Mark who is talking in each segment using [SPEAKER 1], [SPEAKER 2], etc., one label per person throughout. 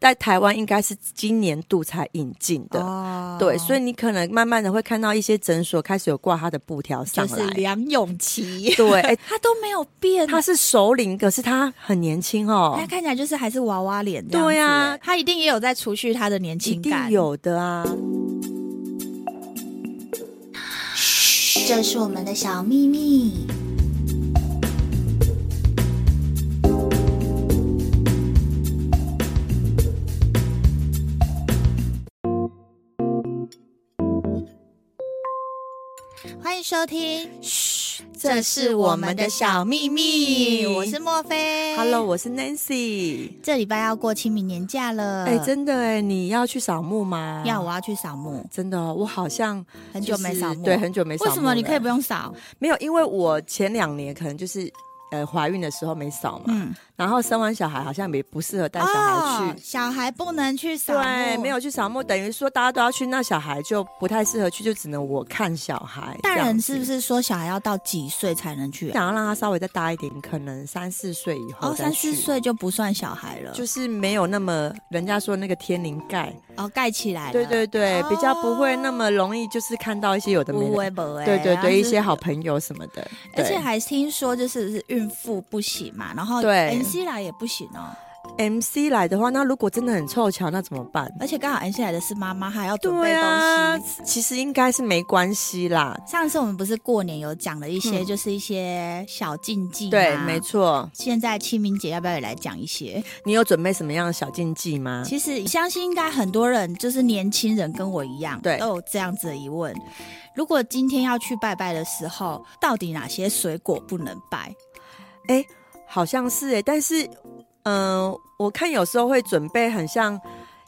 [SPEAKER 1] 在台湾应该是今年度才引进的。
[SPEAKER 2] 哦
[SPEAKER 1] 对，所以你可能慢慢的会看到一些诊所开始有挂他的布条上来，
[SPEAKER 3] 梁咏琪，
[SPEAKER 1] 对，哎、
[SPEAKER 3] 她都没有变
[SPEAKER 1] 他是首领，可是他很年轻哦
[SPEAKER 3] 她，看起来就是还是娃娃脸这样子。
[SPEAKER 1] 对啊
[SPEAKER 3] 哎她一定也有在除去她的年
[SPEAKER 1] 一
[SPEAKER 3] 轻
[SPEAKER 1] 定
[SPEAKER 3] 感。。
[SPEAKER 1] 有的啊。
[SPEAKER 3] 这是我们的小秘密。欢迎收听，嘘，这是我们的小秘密。我是莫菲
[SPEAKER 1] Hello，我是 Nancy。
[SPEAKER 3] 这礼拜要过清明年假了，
[SPEAKER 1] 哎、真的哎，你要去扫墓吗？
[SPEAKER 3] 呃要我要去扫墓，
[SPEAKER 1] 真的哦、我好像
[SPEAKER 3] 很久没扫
[SPEAKER 1] 就
[SPEAKER 3] 墓，
[SPEAKER 1] 是对，很久没扫墓
[SPEAKER 3] 为
[SPEAKER 1] 了。
[SPEAKER 3] 什么你可以不用扫？
[SPEAKER 1] 没有？因为我前两年可能就是呃怀孕的时候没扫嘛，
[SPEAKER 3] 嗯，
[SPEAKER 1] 然后生完小孩好像也不适合带小孩
[SPEAKER 3] 哦
[SPEAKER 1] 去，
[SPEAKER 3] 小孩不能去扫墓，
[SPEAKER 1] 对，没有去扫墓，等于说大家都要去，那小孩就不太适合去，就只能我看小孩。
[SPEAKER 3] 大人是不
[SPEAKER 1] 是？
[SPEAKER 3] 是说小孩要到几岁才能去啊、
[SPEAKER 1] 想要让他稍微再大一点，可能三四岁以后
[SPEAKER 3] 哦，
[SPEAKER 1] 再
[SPEAKER 3] 三
[SPEAKER 1] 去
[SPEAKER 3] 四，岁就不算小孩了，就
[SPEAKER 1] 就是没有那么人家说那个天灵盖，
[SPEAKER 3] 哦盖起来了。
[SPEAKER 1] 对对对，
[SPEAKER 3] 哦
[SPEAKER 1] 比较不会那么容易，就是看到一些有的没
[SPEAKER 3] 无微
[SPEAKER 1] 的，
[SPEAKER 3] 不微，
[SPEAKER 1] 对对
[SPEAKER 3] 然后
[SPEAKER 1] 对，一
[SPEAKER 3] 是
[SPEAKER 1] 些好朋友什么的，
[SPEAKER 3] 而且
[SPEAKER 1] 对
[SPEAKER 3] 还听说就是是孕妇不行嘛，然后
[SPEAKER 1] 对
[SPEAKER 3] MC 来也不行哦，
[SPEAKER 1] MC 来的话，那如果真的很凑巧，那怎么办？
[SPEAKER 3] 而且刚好 MC 来的是妈妈，还要准备
[SPEAKER 1] 对
[SPEAKER 3] 东西。
[SPEAKER 1] 啊，其实应该是没关系啦，
[SPEAKER 3] 上次我们不是过年有讲了一些，
[SPEAKER 1] 嗯
[SPEAKER 3] 就是一些小禁忌、
[SPEAKER 1] 对，没。错。
[SPEAKER 3] 现在清明节要不要也来讲一些？
[SPEAKER 1] 你有准备什么样的小禁忌吗？
[SPEAKER 3] 其实相信应该很多人，就是年轻人跟我一样，
[SPEAKER 1] 对
[SPEAKER 3] 都有这样子的疑问。如果今天要去拜拜的时候，到底哪些水果不能拜？
[SPEAKER 1] 好像是哎、但是，嗯、我看有时候会准备很像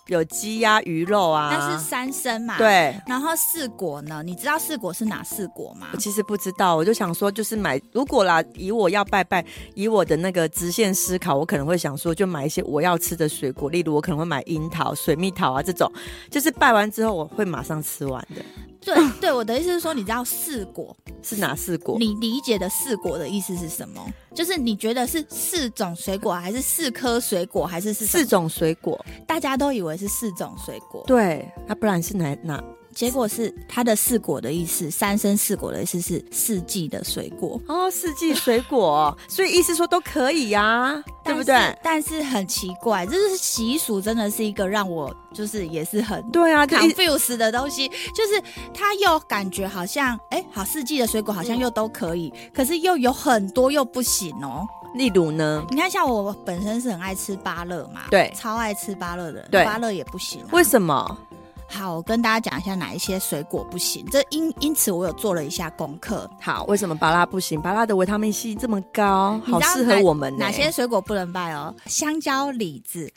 [SPEAKER 1] 有鸡鸭鱼肉啊，
[SPEAKER 3] 但是啊三生嘛，。
[SPEAKER 1] 对，
[SPEAKER 3] 然后四果呢？你知道四果是哪四果吗
[SPEAKER 1] 我？其实不知道，我就想说，就是买如果啦，以我要拜拜，以我的那个直线思考，我可能会想说，就买一些我要吃的水果，例如我可能会买樱桃、水蜜桃啊这种，就是拜完之后我会马上吃完的。
[SPEAKER 3] 对对，我的意思是说，你知道四果，
[SPEAKER 1] 是哪四果？
[SPEAKER 3] 你理解的四果的意思是什么？就是你觉得是四种水果，还是四颗水果，还是是什么
[SPEAKER 1] 四？种水果，
[SPEAKER 3] 大家都以为是四种水果，
[SPEAKER 1] 对，那、不然是哪哪？
[SPEAKER 3] 结果是它的四果的意思，三生四果的意思是四季的水果，
[SPEAKER 1] 哦，四季水果，哦所以意思说都可以呀、对不对
[SPEAKER 3] 但？是？但是很奇怪，就是习俗真的是一个让我就是也是很
[SPEAKER 1] 对啊，就一
[SPEAKER 3] confuse 的东西，就是它又感觉好像哎，好四季的水果好
[SPEAKER 1] 嗯
[SPEAKER 3] 像又都可以，可是又有很多又不行哦。
[SPEAKER 1] 例如呢？
[SPEAKER 3] 你看，像我本身是很爱吃芭乐嘛，
[SPEAKER 1] 对
[SPEAKER 3] 超爱吃芭乐的人，
[SPEAKER 1] 对
[SPEAKER 3] 芭乐也不行、啊。
[SPEAKER 1] 为什么？
[SPEAKER 3] 好，我跟大家讲一下哪一些水果不行。这因因此我有做了一下功课，
[SPEAKER 1] 好，为什么巴拉不行？巴拉的维他命 C 这么高，
[SPEAKER 3] 你知道
[SPEAKER 1] 好适合我们、呢。
[SPEAKER 3] 哪些？水果不能拜哦？香蕉、李子、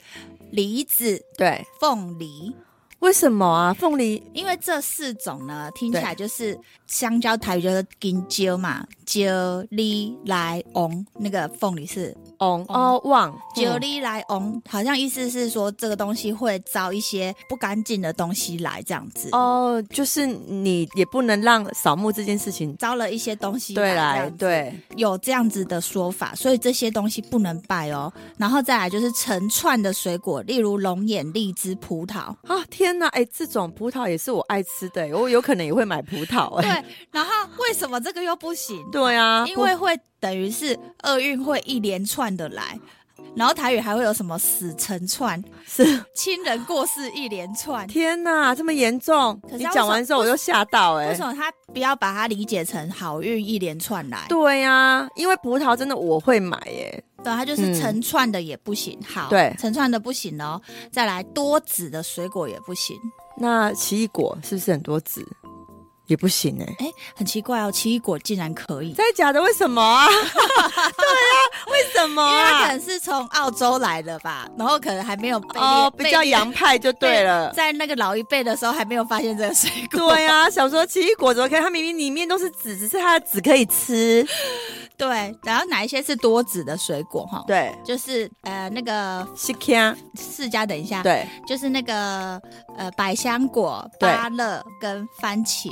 [SPEAKER 3] 梨子、
[SPEAKER 1] 对，
[SPEAKER 3] 凤梨，
[SPEAKER 1] 为什么啊？凤梨
[SPEAKER 3] 因为这四种呢，听起
[SPEAKER 1] 对
[SPEAKER 3] 来就是香蕉台语就是金蕉嘛，蕉梨来翁，那个凤梨是
[SPEAKER 1] 哦哦旺
[SPEAKER 3] 蕉
[SPEAKER 1] 嗯
[SPEAKER 3] 梨来翁，好像意思是说这个东西会招一些不干净的东西来，这样子。
[SPEAKER 1] 哦，就是你也不能让扫墓这件事情
[SPEAKER 3] 招了一些东西
[SPEAKER 1] 对
[SPEAKER 3] 这
[SPEAKER 1] 来
[SPEAKER 3] 样子
[SPEAKER 1] 对
[SPEAKER 3] 有这样子的说法，所以这些东西不能拜哦。然后再来就是成串的水果，例如龙眼、荔枝、葡萄。
[SPEAKER 1] 啊！天哪，哎，这种葡萄也是我爱吃的，哎我有可能也会买葡萄
[SPEAKER 3] 对
[SPEAKER 1] 哎。，
[SPEAKER 3] 然后为什么这个又不行？
[SPEAKER 1] 对啊，
[SPEAKER 3] 因为会等于是厄运会一连串的来，然后台语还会有什么死成串、
[SPEAKER 1] 不是
[SPEAKER 3] 亲人过世一连串。
[SPEAKER 1] 天哪，这么严重
[SPEAKER 3] 可！是
[SPEAKER 1] 你
[SPEAKER 3] 啊
[SPEAKER 1] 讲完之后我就吓到
[SPEAKER 3] 为
[SPEAKER 1] 哎
[SPEAKER 3] 什。么他不要把它理解成好运一连串来？
[SPEAKER 1] 对呀、因为葡萄真的我会买哎耶，
[SPEAKER 3] 对，它就是成串的也不行。好，
[SPEAKER 1] 嗯对
[SPEAKER 3] 成串的不行哦。再来多籽的水果也不行。
[SPEAKER 1] 那奇异果是不是很多籽？也不行哎、
[SPEAKER 3] 哎、很奇怪哦，奇异果竟然可以，
[SPEAKER 1] 真的假的？为什么啊？ 对啊，为什么
[SPEAKER 3] 因为它可
[SPEAKER 1] 啊？
[SPEAKER 3] 能是从澳洲来的吧，然后可能还没有被
[SPEAKER 1] 哦，
[SPEAKER 3] 被
[SPEAKER 1] 比较洋派就对 了。
[SPEAKER 3] 在那个老一辈的时候还没有发现这个水果。
[SPEAKER 1] 对啊，想说奇异果怎么可以？它明明里面都是籽，只是它的籽可以吃。
[SPEAKER 3] 对，然后哪一些是多籽的水果哈？，
[SPEAKER 1] 对，
[SPEAKER 3] 就是呃那个
[SPEAKER 1] 西卡，
[SPEAKER 3] 释迦，等一下，，
[SPEAKER 1] 对，
[SPEAKER 3] 就是那个呃百香果、
[SPEAKER 1] 对
[SPEAKER 3] 芭乐跟番茄。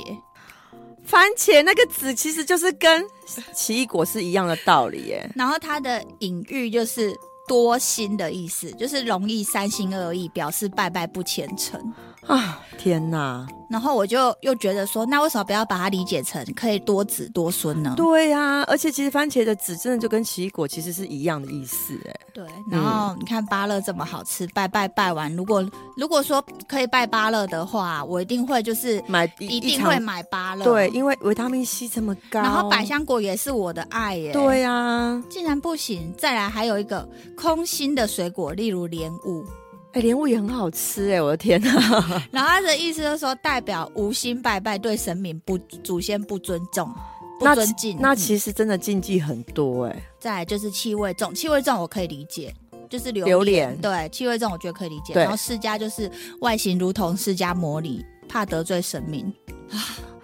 [SPEAKER 1] 番茄那个籽其实就是跟奇异果是一样的道理耶。
[SPEAKER 3] 然后它的隐喻就是多心的意思，就是容易三心二意，表示拜拜不虔诚。
[SPEAKER 1] 啊，天哪！
[SPEAKER 3] 然后我就又觉得说，那为什么不要把它理解成可以多子多孙呢？
[SPEAKER 1] 对啊，而且其实番茄的籽真的就跟奇异果其实是一样的意思哎。
[SPEAKER 3] 对，然后你看芭乐这么好吃，拜拜拜完，如果如果说可以拜芭乐的话，我一定会就是
[SPEAKER 1] 买一
[SPEAKER 3] 一定
[SPEAKER 1] 场
[SPEAKER 3] 会买芭乐。哦
[SPEAKER 1] 对，，因为维他命 C 这么高，
[SPEAKER 3] 然后百香果也是我的爱耶。，
[SPEAKER 1] 对啊，
[SPEAKER 3] 竟然不行。再来还有一个空心的水果，例如莲雾，
[SPEAKER 1] 哎、莲雾也很好吃哎、我的天啊！
[SPEAKER 3] 然后他的意思就是说代表无心拜拜，对神明不祖先不尊重。不
[SPEAKER 1] 那
[SPEAKER 3] 尊敬，
[SPEAKER 1] 那
[SPEAKER 3] 嗯
[SPEAKER 1] 其实真的禁忌很多哎、
[SPEAKER 3] 再来就是气味重，气味重我可以理解，就是榴
[SPEAKER 1] 榴
[SPEAKER 3] 莲
[SPEAKER 1] 莲
[SPEAKER 3] 对气味重我觉得可以理解。
[SPEAKER 1] 对
[SPEAKER 3] 然后释迦就是外形如同释迦摩尼，怕得罪神明，
[SPEAKER 1] 天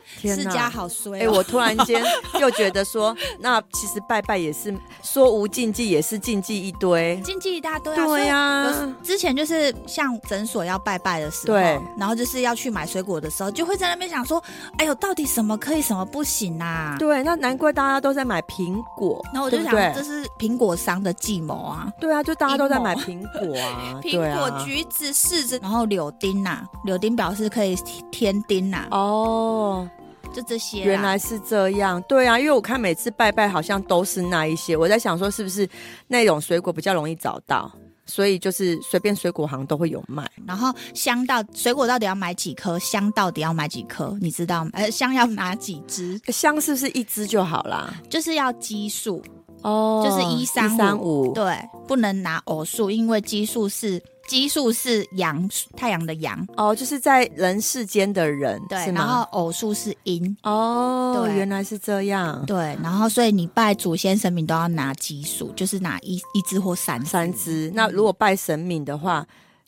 [SPEAKER 3] 释
[SPEAKER 1] 哪！
[SPEAKER 3] 迦好衰、
[SPEAKER 1] 哎、
[SPEAKER 3] 哦。
[SPEAKER 1] 我突然间又觉得说， 那其实拜拜也是说无禁忌，也是禁忌一堆。
[SPEAKER 3] 禁忌一大堆啊，
[SPEAKER 1] 对呀、
[SPEAKER 3] 所以有之前就是像诊所要拜拜的时候
[SPEAKER 1] 对，
[SPEAKER 3] 然后就是要去买水果的时候，就会在那边想说，哎呦，到底什么可以，什么不行啊？
[SPEAKER 1] 对，那难怪大家都在买苹果，
[SPEAKER 3] 然后我就
[SPEAKER 1] 对
[SPEAKER 3] 想，
[SPEAKER 1] 不对
[SPEAKER 3] 这是苹果商的计谋啊，
[SPEAKER 1] 对啊，就大家都在
[SPEAKER 3] 阴谋
[SPEAKER 1] 买苹果 啊，
[SPEAKER 3] 苹
[SPEAKER 1] 对
[SPEAKER 3] 果、
[SPEAKER 1] 啊
[SPEAKER 3] 橘子、柿子，然后柳丁呐、柳丁表示可以添丁呐、
[SPEAKER 1] 哦，
[SPEAKER 3] 就这些啊啦。
[SPEAKER 1] 原来是这样，对啊，因为我看每次拜拜好像都是那一些，我在想说是不是那种水果比较容易找到，所以就是随便水果行都会有卖。
[SPEAKER 3] 然后香到水果到底要买几颗？香到底要买几颗？你知道吗？呃，香要拿几支？
[SPEAKER 1] 香是不是一支就好啦？
[SPEAKER 3] 就是要奇数，
[SPEAKER 1] 哦
[SPEAKER 3] 就是一三
[SPEAKER 1] 三五，
[SPEAKER 3] 对，不能拿偶数，因为奇数是奇数是阳太阳的阳，
[SPEAKER 1] 哦，就是在人世间的人，
[SPEAKER 3] 对
[SPEAKER 1] 是，
[SPEAKER 3] 然后
[SPEAKER 1] 吗？
[SPEAKER 3] 偶数是阴，
[SPEAKER 1] 哦，
[SPEAKER 3] 对
[SPEAKER 1] 原来是这样，
[SPEAKER 3] 对，然后所以你拜祖先神明都要拿奇数，就是拿一一支或三支
[SPEAKER 1] 三支。那如果拜神明的话，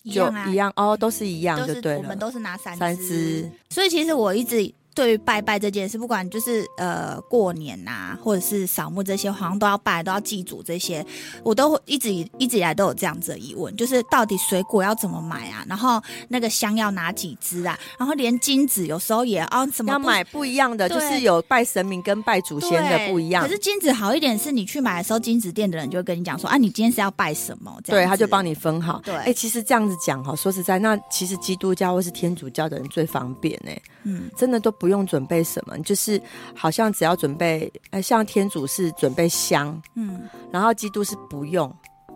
[SPEAKER 3] 嗯一
[SPEAKER 1] 就
[SPEAKER 3] 样啊，
[SPEAKER 1] 一样哦，都是一样
[SPEAKER 3] 都
[SPEAKER 1] 就是对
[SPEAKER 3] 我
[SPEAKER 1] 了
[SPEAKER 3] 们。都是拿三
[SPEAKER 1] 三
[SPEAKER 3] 支
[SPEAKER 1] 支，
[SPEAKER 3] 所以其实我一直对于拜拜这件事，不管就是呃过年呐、或者是扫墓这些，好像都要拜，都要祭祖这些，我都会一直以一直以来都有这样子的疑问，就是到底水果要怎么买啊？然后那个香要拿几支啊？然后连金子有时候也啊怎么
[SPEAKER 1] 要
[SPEAKER 3] 不
[SPEAKER 1] 买不一样的，就
[SPEAKER 3] 对
[SPEAKER 1] 是有拜神明跟拜祖
[SPEAKER 3] 对
[SPEAKER 1] 先的不一样
[SPEAKER 3] 可。是金子好一点是你去买的时候，金子店的人就会跟你讲说啊，你今天是要拜什么？这样
[SPEAKER 1] 对，他就帮
[SPEAKER 3] 你。
[SPEAKER 1] 你分好。
[SPEAKER 3] 对
[SPEAKER 1] 哎、其实这样子讲哈，说实在，那其实基督教或是天主教的人最方便哎、
[SPEAKER 3] 嗯，
[SPEAKER 1] 真的都不用准备什么，就是好像只要准备，哎、像天主是准备香，
[SPEAKER 3] 嗯，
[SPEAKER 1] 然后基督是不用，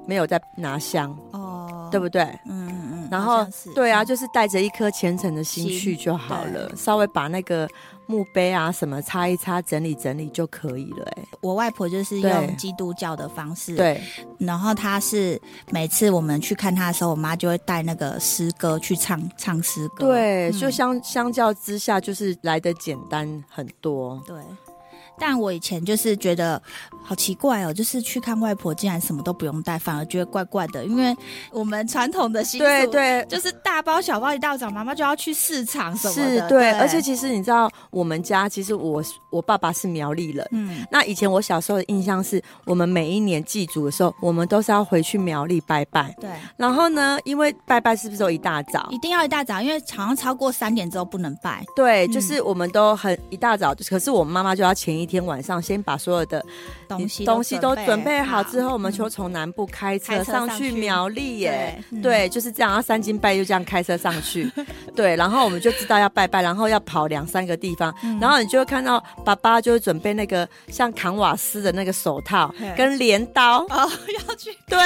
[SPEAKER 1] 没有在拿香，
[SPEAKER 3] 哦，
[SPEAKER 1] 对不对？
[SPEAKER 3] 嗯嗯嗯，
[SPEAKER 1] 然
[SPEAKER 3] 好
[SPEAKER 1] 后
[SPEAKER 3] 像是
[SPEAKER 1] 对啊，
[SPEAKER 3] 嗯
[SPEAKER 1] 就是带着一颗虔诚的心
[SPEAKER 3] 心
[SPEAKER 1] 去就好了，稍微把那个墓碑啊什么擦一擦，整理整理就可以了、哎，
[SPEAKER 3] 我外婆就是
[SPEAKER 1] 对
[SPEAKER 3] 用基督教的方式，，
[SPEAKER 1] 对，
[SPEAKER 3] 然后她是每次我们去看她的时候，我妈就会带那个诗歌去唱唱诗歌，
[SPEAKER 1] 对，
[SPEAKER 3] 嗯
[SPEAKER 1] 就相相较之下，就是来的简单很多。
[SPEAKER 3] 对。但我以前就是觉得好奇怪哦，就是去看外婆竟然什么都不用带，反而觉得怪怪的，因为我们传统的习俗
[SPEAKER 1] 对对，
[SPEAKER 3] 就是大包小包一大早，妈妈就要去市场什么
[SPEAKER 1] 是
[SPEAKER 3] 的，
[SPEAKER 1] 对，而且其实你知道，我们家其实我是我爸爸是苗栗人。
[SPEAKER 3] 嗯，
[SPEAKER 1] 那以前我小时候的印象是，我们每一年祭祖的时候，我们都是要回去苗栗拜拜。
[SPEAKER 3] 对，
[SPEAKER 1] 然后呢，因为拜拜是不是都一大早
[SPEAKER 3] 一？定要一大早，因为好像超过三点之后不能拜，
[SPEAKER 1] 对，
[SPEAKER 3] 嗯
[SPEAKER 1] 就是我们都很一大早，可是我妈妈就要前一天晚上先把所有的
[SPEAKER 3] 东西
[SPEAKER 1] 东西都准备好之后，我们
[SPEAKER 3] 嗯
[SPEAKER 1] 就从南部开
[SPEAKER 3] 开
[SPEAKER 1] 车
[SPEAKER 3] 车上
[SPEAKER 1] 上去
[SPEAKER 3] 去
[SPEAKER 1] 苗栗耶。
[SPEAKER 3] 对嗯
[SPEAKER 1] 对，就是这样，然后三更半夜就这样开车上去， 对，然后我们就知道要拜拜，然后要跑两三个地方，
[SPEAKER 3] 嗯
[SPEAKER 1] 然后你就会看到爸爸就会准备那个像扛瓦斯的那个手套
[SPEAKER 3] 嘿
[SPEAKER 1] 跟镰刀，
[SPEAKER 3] 哦要 去
[SPEAKER 1] 对，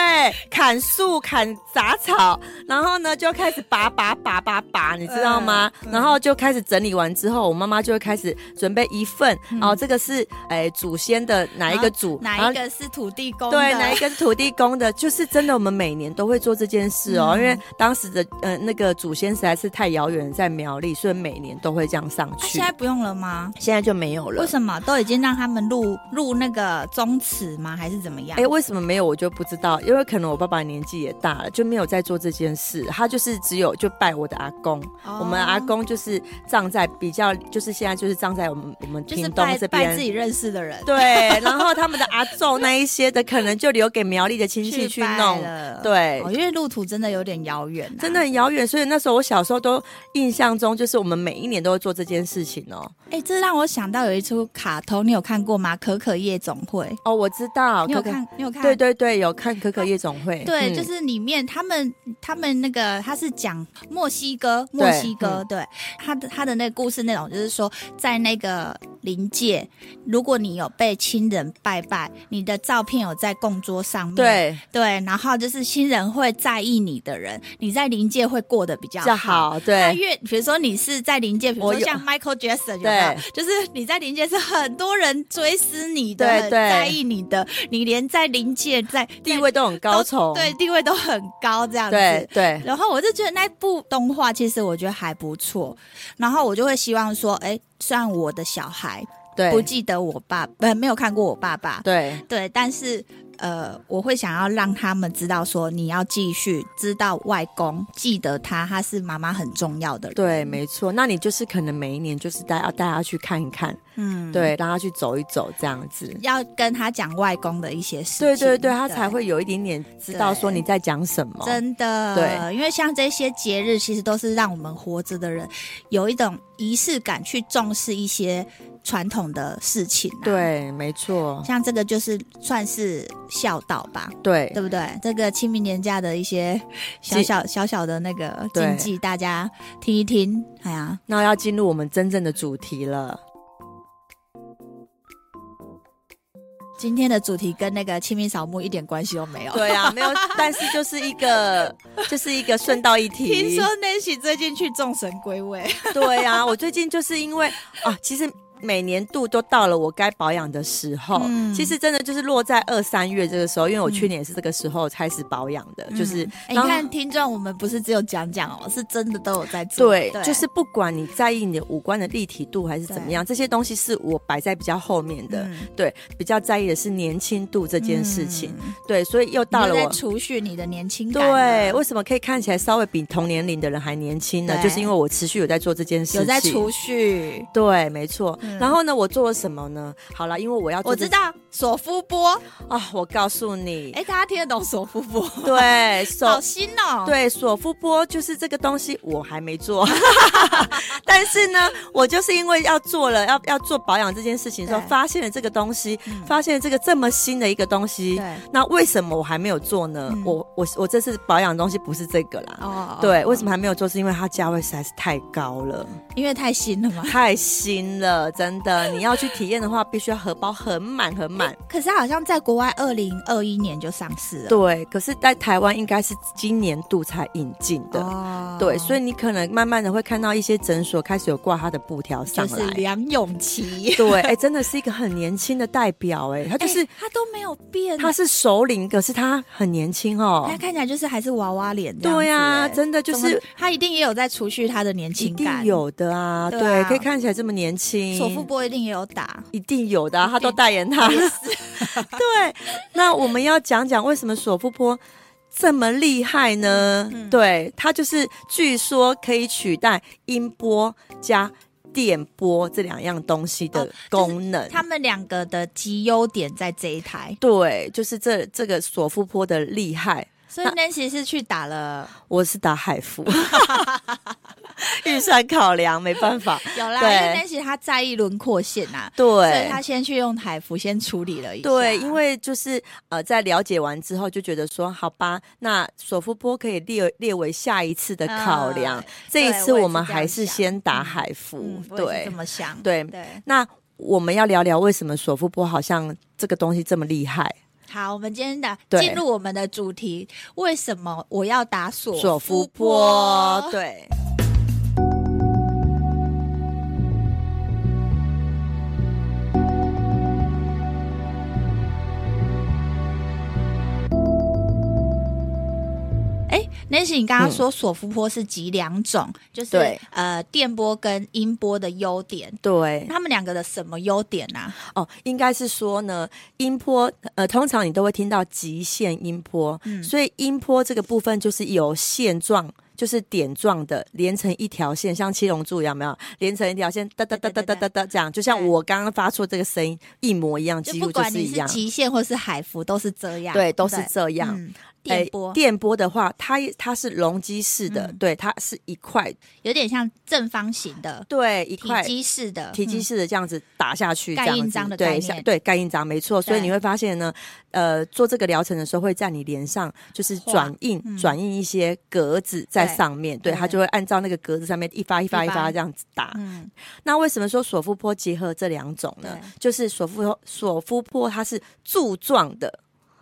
[SPEAKER 1] 砍树、砍杂草，然后呢就开始拔拔拔拔拔，你知道吗？
[SPEAKER 3] 嗯嗯
[SPEAKER 1] 然后就开始整理完之后，我妈妈就会开始准备一份，哦，这个是是哎祖先的哪一个祖，
[SPEAKER 3] 嗯哪一个是土地公的？啊
[SPEAKER 1] 对，哪一个土地公的？就是真的，我们每年都会做这件事哦，
[SPEAKER 3] 嗯
[SPEAKER 1] 因为当时的呃那个祖先实在是太遥远了，在苗栗，所以每年都会这样上
[SPEAKER 3] 啊
[SPEAKER 1] 去。
[SPEAKER 3] 现在不用了吗？
[SPEAKER 1] 现在就没有了
[SPEAKER 3] 为。什么都已经让他们录录那个宗祠吗？还是怎么样？
[SPEAKER 1] 哎、为什么没有我就不知道，因为可能我爸爸年纪也大了，就没有在做这件事。他就是只有就拜我的阿公，
[SPEAKER 3] 哦
[SPEAKER 1] 我们阿公就是葬在比较，就是现在就是葬在我们我们
[SPEAKER 3] 就是
[SPEAKER 1] 屏东
[SPEAKER 3] 拜
[SPEAKER 1] 这
[SPEAKER 3] 拜
[SPEAKER 1] 边
[SPEAKER 3] 自。己认识的人
[SPEAKER 1] 对，然后他们的阿昼那一些的，可能就留给苗栗的亲戚去
[SPEAKER 3] 拜
[SPEAKER 1] 弄。
[SPEAKER 3] 了
[SPEAKER 1] 对
[SPEAKER 3] 哦因为路途真的有点遥远、啊，
[SPEAKER 1] 真的。很遥远，所以那时候我小时候都印象中，就是我们每一年都会做这件事情哦。
[SPEAKER 3] 哎、这让我想到有一出卡通，你有看过吗？可可夜总会，
[SPEAKER 1] 哦，我知道，
[SPEAKER 3] 你有
[SPEAKER 1] 可可？
[SPEAKER 3] 看？你有看？
[SPEAKER 1] 对对对，有看可可夜总会。
[SPEAKER 3] 对，
[SPEAKER 1] 嗯
[SPEAKER 3] 就是里面他们他们那个他是讲墨西哥，墨西哥对,、他的他的那个故事内容就是说，在那个临界，如果你有被亲人拜拜，你的照片有在供桌上面，
[SPEAKER 1] 对，
[SPEAKER 3] 对，然后就是亲人会在意你的人，你在临界会过得比较
[SPEAKER 1] 比较好，对
[SPEAKER 3] 那。越比如说你是在临界，比如
[SPEAKER 1] 我
[SPEAKER 3] 说
[SPEAKER 1] 有
[SPEAKER 3] 像 Michael Jackson 有没有？就是你在临界是很多人追思你的，
[SPEAKER 1] 对
[SPEAKER 3] 很
[SPEAKER 1] 对
[SPEAKER 3] 在意你的，你连在临界在
[SPEAKER 1] 地位都很高
[SPEAKER 3] 都
[SPEAKER 1] 崇，
[SPEAKER 3] 对地位都很高这样子。
[SPEAKER 1] 对对
[SPEAKER 3] 然后我就觉得那部动画其实我觉得还不错，然后我就会希望说，哎，虽然我的小孩
[SPEAKER 1] 对，
[SPEAKER 3] 不记得我爸，呃，没有看过我爸爸，
[SPEAKER 1] 对
[SPEAKER 3] 对，但是呃，我会想要让他们知道说，你要继续知道外公，记得他，他是妈妈很重要的人。
[SPEAKER 1] 对，没错。那你就是可能每一年就是带要带他去看一看，
[SPEAKER 3] 嗯，
[SPEAKER 1] 对，让他去走一走这样子。
[SPEAKER 3] 要跟他讲外公的一些事情，
[SPEAKER 1] 对对对，他才。会有一点点知道说
[SPEAKER 3] 对
[SPEAKER 1] 你在讲什么。
[SPEAKER 3] 真的，
[SPEAKER 1] 哦对
[SPEAKER 3] 因为像这些节日，其实都是让我们活着的人有一种仪式感，去重视一些传统的事情、啊。，
[SPEAKER 1] 对，没错，
[SPEAKER 3] 像这个就是算是孝道吧，
[SPEAKER 1] 对
[SPEAKER 3] 对不对？这个清明年假的一些小
[SPEAKER 1] 禁
[SPEAKER 3] 小小小的那个
[SPEAKER 1] 对
[SPEAKER 3] 禁忌，大家听一听。哎呀，
[SPEAKER 1] 那要进入我们真正的主题了。
[SPEAKER 3] 今天的主题跟那个清明扫墓一点关系都没有。
[SPEAKER 1] 对啊，没有， 但是就是一个，就是一个顺道一提。
[SPEAKER 3] 听说 Nancy 最近去众神归位，
[SPEAKER 1] 对啊，我最近就是因为啊，其实每年度都到了我该保养的时候，
[SPEAKER 3] 嗯
[SPEAKER 1] 其实真的就是落在二三月这个时候，因为我去年也是这个时候开始保养的，就是
[SPEAKER 3] 嗯哎你
[SPEAKER 1] 然后
[SPEAKER 3] 看听众，我们不是只有讲讲哦，是真的都有在做。
[SPEAKER 1] 对，就是不管你在意你的五官的立体度还是怎么样，这些东西是我摆在比较后面的，
[SPEAKER 3] 嗯
[SPEAKER 1] 对，比较在意的是年轻度这件事情，
[SPEAKER 3] 嗯
[SPEAKER 1] 对，所以又到
[SPEAKER 3] 你
[SPEAKER 1] 了
[SPEAKER 3] 就在
[SPEAKER 1] 我。
[SPEAKER 3] 储蓄你的年轻感
[SPEAKER 1] 对，
[SPEAKER 3] 了，
[SPEAKER 1] 为什么可以看起来稍微比同年龄的人还年轻呢？
[SPEAKER 3] 对
[SPEAKER 1] 就是因为我持续有在做这件事情，
[SPEAKER 3] 有在储蓄。
[SPEAKER 1] 对，没错。
[SPEAKER 3] 嗯
[SPEAKER 1] 然后呢，我做了什么呢？好了，因为我要做
[SPEAKER 3] 我知道索夫波，
[SPEAKER 1] 啊、我告诉你，
[SPEAKER 3] 哎、大家听得懂索夫 波？
[SPEAKER 1] 对
[SPEAKER 3] 好
[SPEAKER 1] 手。
[SPEAKER 3] 新哦。
[SPEAKER 1] 对，索夫波就是这个东西，我还 没做，但是呢，我就是因为要做了，要要做保养这件事情的时候，
[SPEAKER 3] 对
[SPEAKER 1] 发现了这个东西，
[SPEAKER 3] 嗯
[SPEAKER 1] 发现了这个这么新的一个东西，
[SPEAKER 3] 对
[SPEAKER 1] 那为什么我还没有做呢？
[SPEAKER 3] 嗯
[SPEAKER 1] 我我我这次保养的东西不是这个啦，
[SPEAKER 3] 哦嗯
[SPEAKER 1] 对，
[SPEAKER 3] 么？
[SPEAKER 1] 为什么还没有做？是因为它价位实在是太高了。
[SPEAKER 3] 因为太新了嘛。
[SPEAKER 1] 太新了，真的！你要去体验的话，必须要荷包很满很满。
[SPEAKER 3] 可是好像在国外二零二一年就上市了，
[SPEAKER 1] 对，可是，在台湾应该是今年度才引进的。
[SPEAKER 3] 哦
[SPEAKER 1] 对，所以你可能慢慢的会看到一些诊所开始有挂它的布条上
[SPEAKER 3] 就是
[SPEAKER 1] 来。
[SPEAKER 3] 梁咏琪，
[SPEAKER 1] 对，哎、真的是一个很年轻的代表、哎，他 就是、
[SPEAKER 3] 哎他都没有变，
[SPEAKER 1] 他是首领，可是他很年轻哦
[SPEAKER 3] 他。看起来就是还是娃娃脸这样子，
[SPEAKER 1] 对呀、啊
[SPEAKER 3] 哎
[SPEAKER 1] 真的就
[SPEAKER 3] 怎么
[SPEAKER 1] 是
[SPEAKER 3] 他一定也有在储蓄他的年
[SPEAKER 1] 一
[SPEAKER 3] 轻感，
[SPEAKER 1] 定，有的啊，
[SPEAKER 3] 对
[SPEAKER 1] 对
[SPEAKER 3] 啊
[SPEAKER 1] 可以看起来这么年轻。
[SPEAKER 3] 首富波一定也有打，
[SPEAKER 1] 一定有的、啊，他都代言他。 对，那我们要讲讲为什么索夫波这么厉害呢？
[SPEAKER 3] 嗯
[SPEAKER 1] 对，它就是据说可以取代音波加电波这两样东西
[SPEAKER 3] 哦
[SPEAKER 1] 的
[SPEAKER 3] 就是
[SPEAKER 1] 功能。
[SPEAKER 3] 他们两个的极优点在这一台，
[SPEAKER 1] 对，就是这这个索夫波的厉害，
[SPEAKER 3] 所以 Nancy 是去打了，
[SPEAKER 1] 我是打海服， 预算考量没办法。
[SPEAKER 3] 有啦，因
[SPEAKER 1] 对
[SPEAKER 3] 为 Nancy 她在意轮廓线啊，所以
[SPEAKER 1] 对，
[SPEAKER 3] 她先去用海服先处理了一下，
[SPEAKER 1] 对，因为就是呃，在了解完之后就觉得说，好吧，那索夫波可以列列为下一次的考量。
[SPEAKER 3] 嗯
[SPEAKER 1] 这一
[SPEAKER 3] 对
[SPEAKER 1] 次
[SPEAKER 3] 我也
[SPEAKER 1] 我
[SPEAKER 3] 是
[SPEAKER 1] 们
[SPEAKER 3] 这
[SPEAKER 1] 还
[SPEAKER 3] 样
[SPEAKER 1] 是
[SPEAKER 3] 想
[SPEAKER 1] 先打
[SPEAKER 3] 嗯
[SPEAKER 1] 海服，
[SPEAKER 3] 嗯，我也是
[SPEAKER 1] 对
[SPEAKER 3] 这么想，
[SPEAKER 1] 对
[SPEAKER 3] 对。
[SPEAKER 1] 那我们要聊聊为什么索夫波好像这个东西这么厉害？
[SPEAKER 3] 好，我们今天的
[SPEAKER 1] 对
[SPEAKER 3] 进入我们的主题，为什么我要打索
[SPEAKER 1] 索
[SPEAKER 3] 夫
[SPEAKER 1] 夫
[SPEAKER 3] 波
[SPEAKER 1] 波？，对。
[SPEAKER 3] Nancy，你刚刚说索夫波是集两种，就是
[SPEAKER 1] 对
[SPEAKER 3] 呃电波跟音波的优点，
[SPEAKER 1] 对，
[SPEAKER 3] 他们两个的什么优点呢、啊？
[SPEAKER 1] 哦，应该是说呢，音波呃，通常你都会听到极限音波，
[SPEAKER 3] 嗯
[SPEAKER 1] 所以音波这个部分就是有线状。就是点状的，连成一条线，像七龙珠一样，有没有连成一条线，哒哒哒哒哒哒哒，这样，就像
[SPEAKER 3] 对
[SPEAKER 1] 我刚刚发出这个声音一模一样，
[SPEAKER 3] 就
[SPEAKER 1] 几
[SPEAKER 3] 不
[SPEAKER 1] 乎就
[SPEAKER 3] 管
[SPEAKER 1] 是
[SPEAKER 3] 你
[SPEAKER 1] 一
[SPEAKER 3] 是
[SPEAKER 1] 样，
[SPEAKER 3] 极限或是海服，都是这样，
[SPEAKER 1] 对，都是
[SPEAKER 3] 不
[SPEAKER 1] 这样。
[SPEAKER 3] 嗯、
[SPEAKER 1] 哎
[SPEAKER 3] 电波、
[SPEAKER 1] 电波的话，它它是容积式的，
[SPEAKER 3] 嗯
[SPEAKER 1] 对，它是一块，
[SPEAKER 3] 有点像正方形的
[SPEAKER 1] 对，一
[SPEAKER 3] 体
[SPEAKER 1] 块
[SPEAKER 3] 积式的
[SPEAKER 1] 体积
[SPEAKER 3] 嗯
[SPEAKER 1] 式的这样子打下去，
[SPEAKER 3] 盖
[SPEAKER 1] 这样
[SPEAKER 3] 印
[SPEAKER 1] 子
[SPEAKER 3] 章的概
[SPEAKER 1] 对
[SPEAKER 3] 念
[SPEAKER 1] 像对盖印章没错，所以
[SPEAKER 3] 对
[SPEAKER 1] 你会发现呢，呃，做这个疗程的时候会在你脸上就是
[SPEAKER 3] 画
[SPEAKER 1] 转印
[SPEAKER 3] 嗯
[SPEAKER 1] 转印一些格子在
[SPEAKER 3] 对
[SPEAKER 1] 上面，对，
[SPEAKER 3] 对
[SPEAKER 1] 它就会按照那个格子上面一发一发
[SPEAKER 3] 一
[SPEAKER 1] 一
[SPEAKER 3] 发
[SPEAKER 1] 发这样子打。
[SPEAKER 3] 嗯，
[SPEAKER 1] 那为什么说索夫波结合这两种呢
[SPEAKER 3] 对？
[SPEAKER 1] 就是索夫坡索夫波它是柱状的，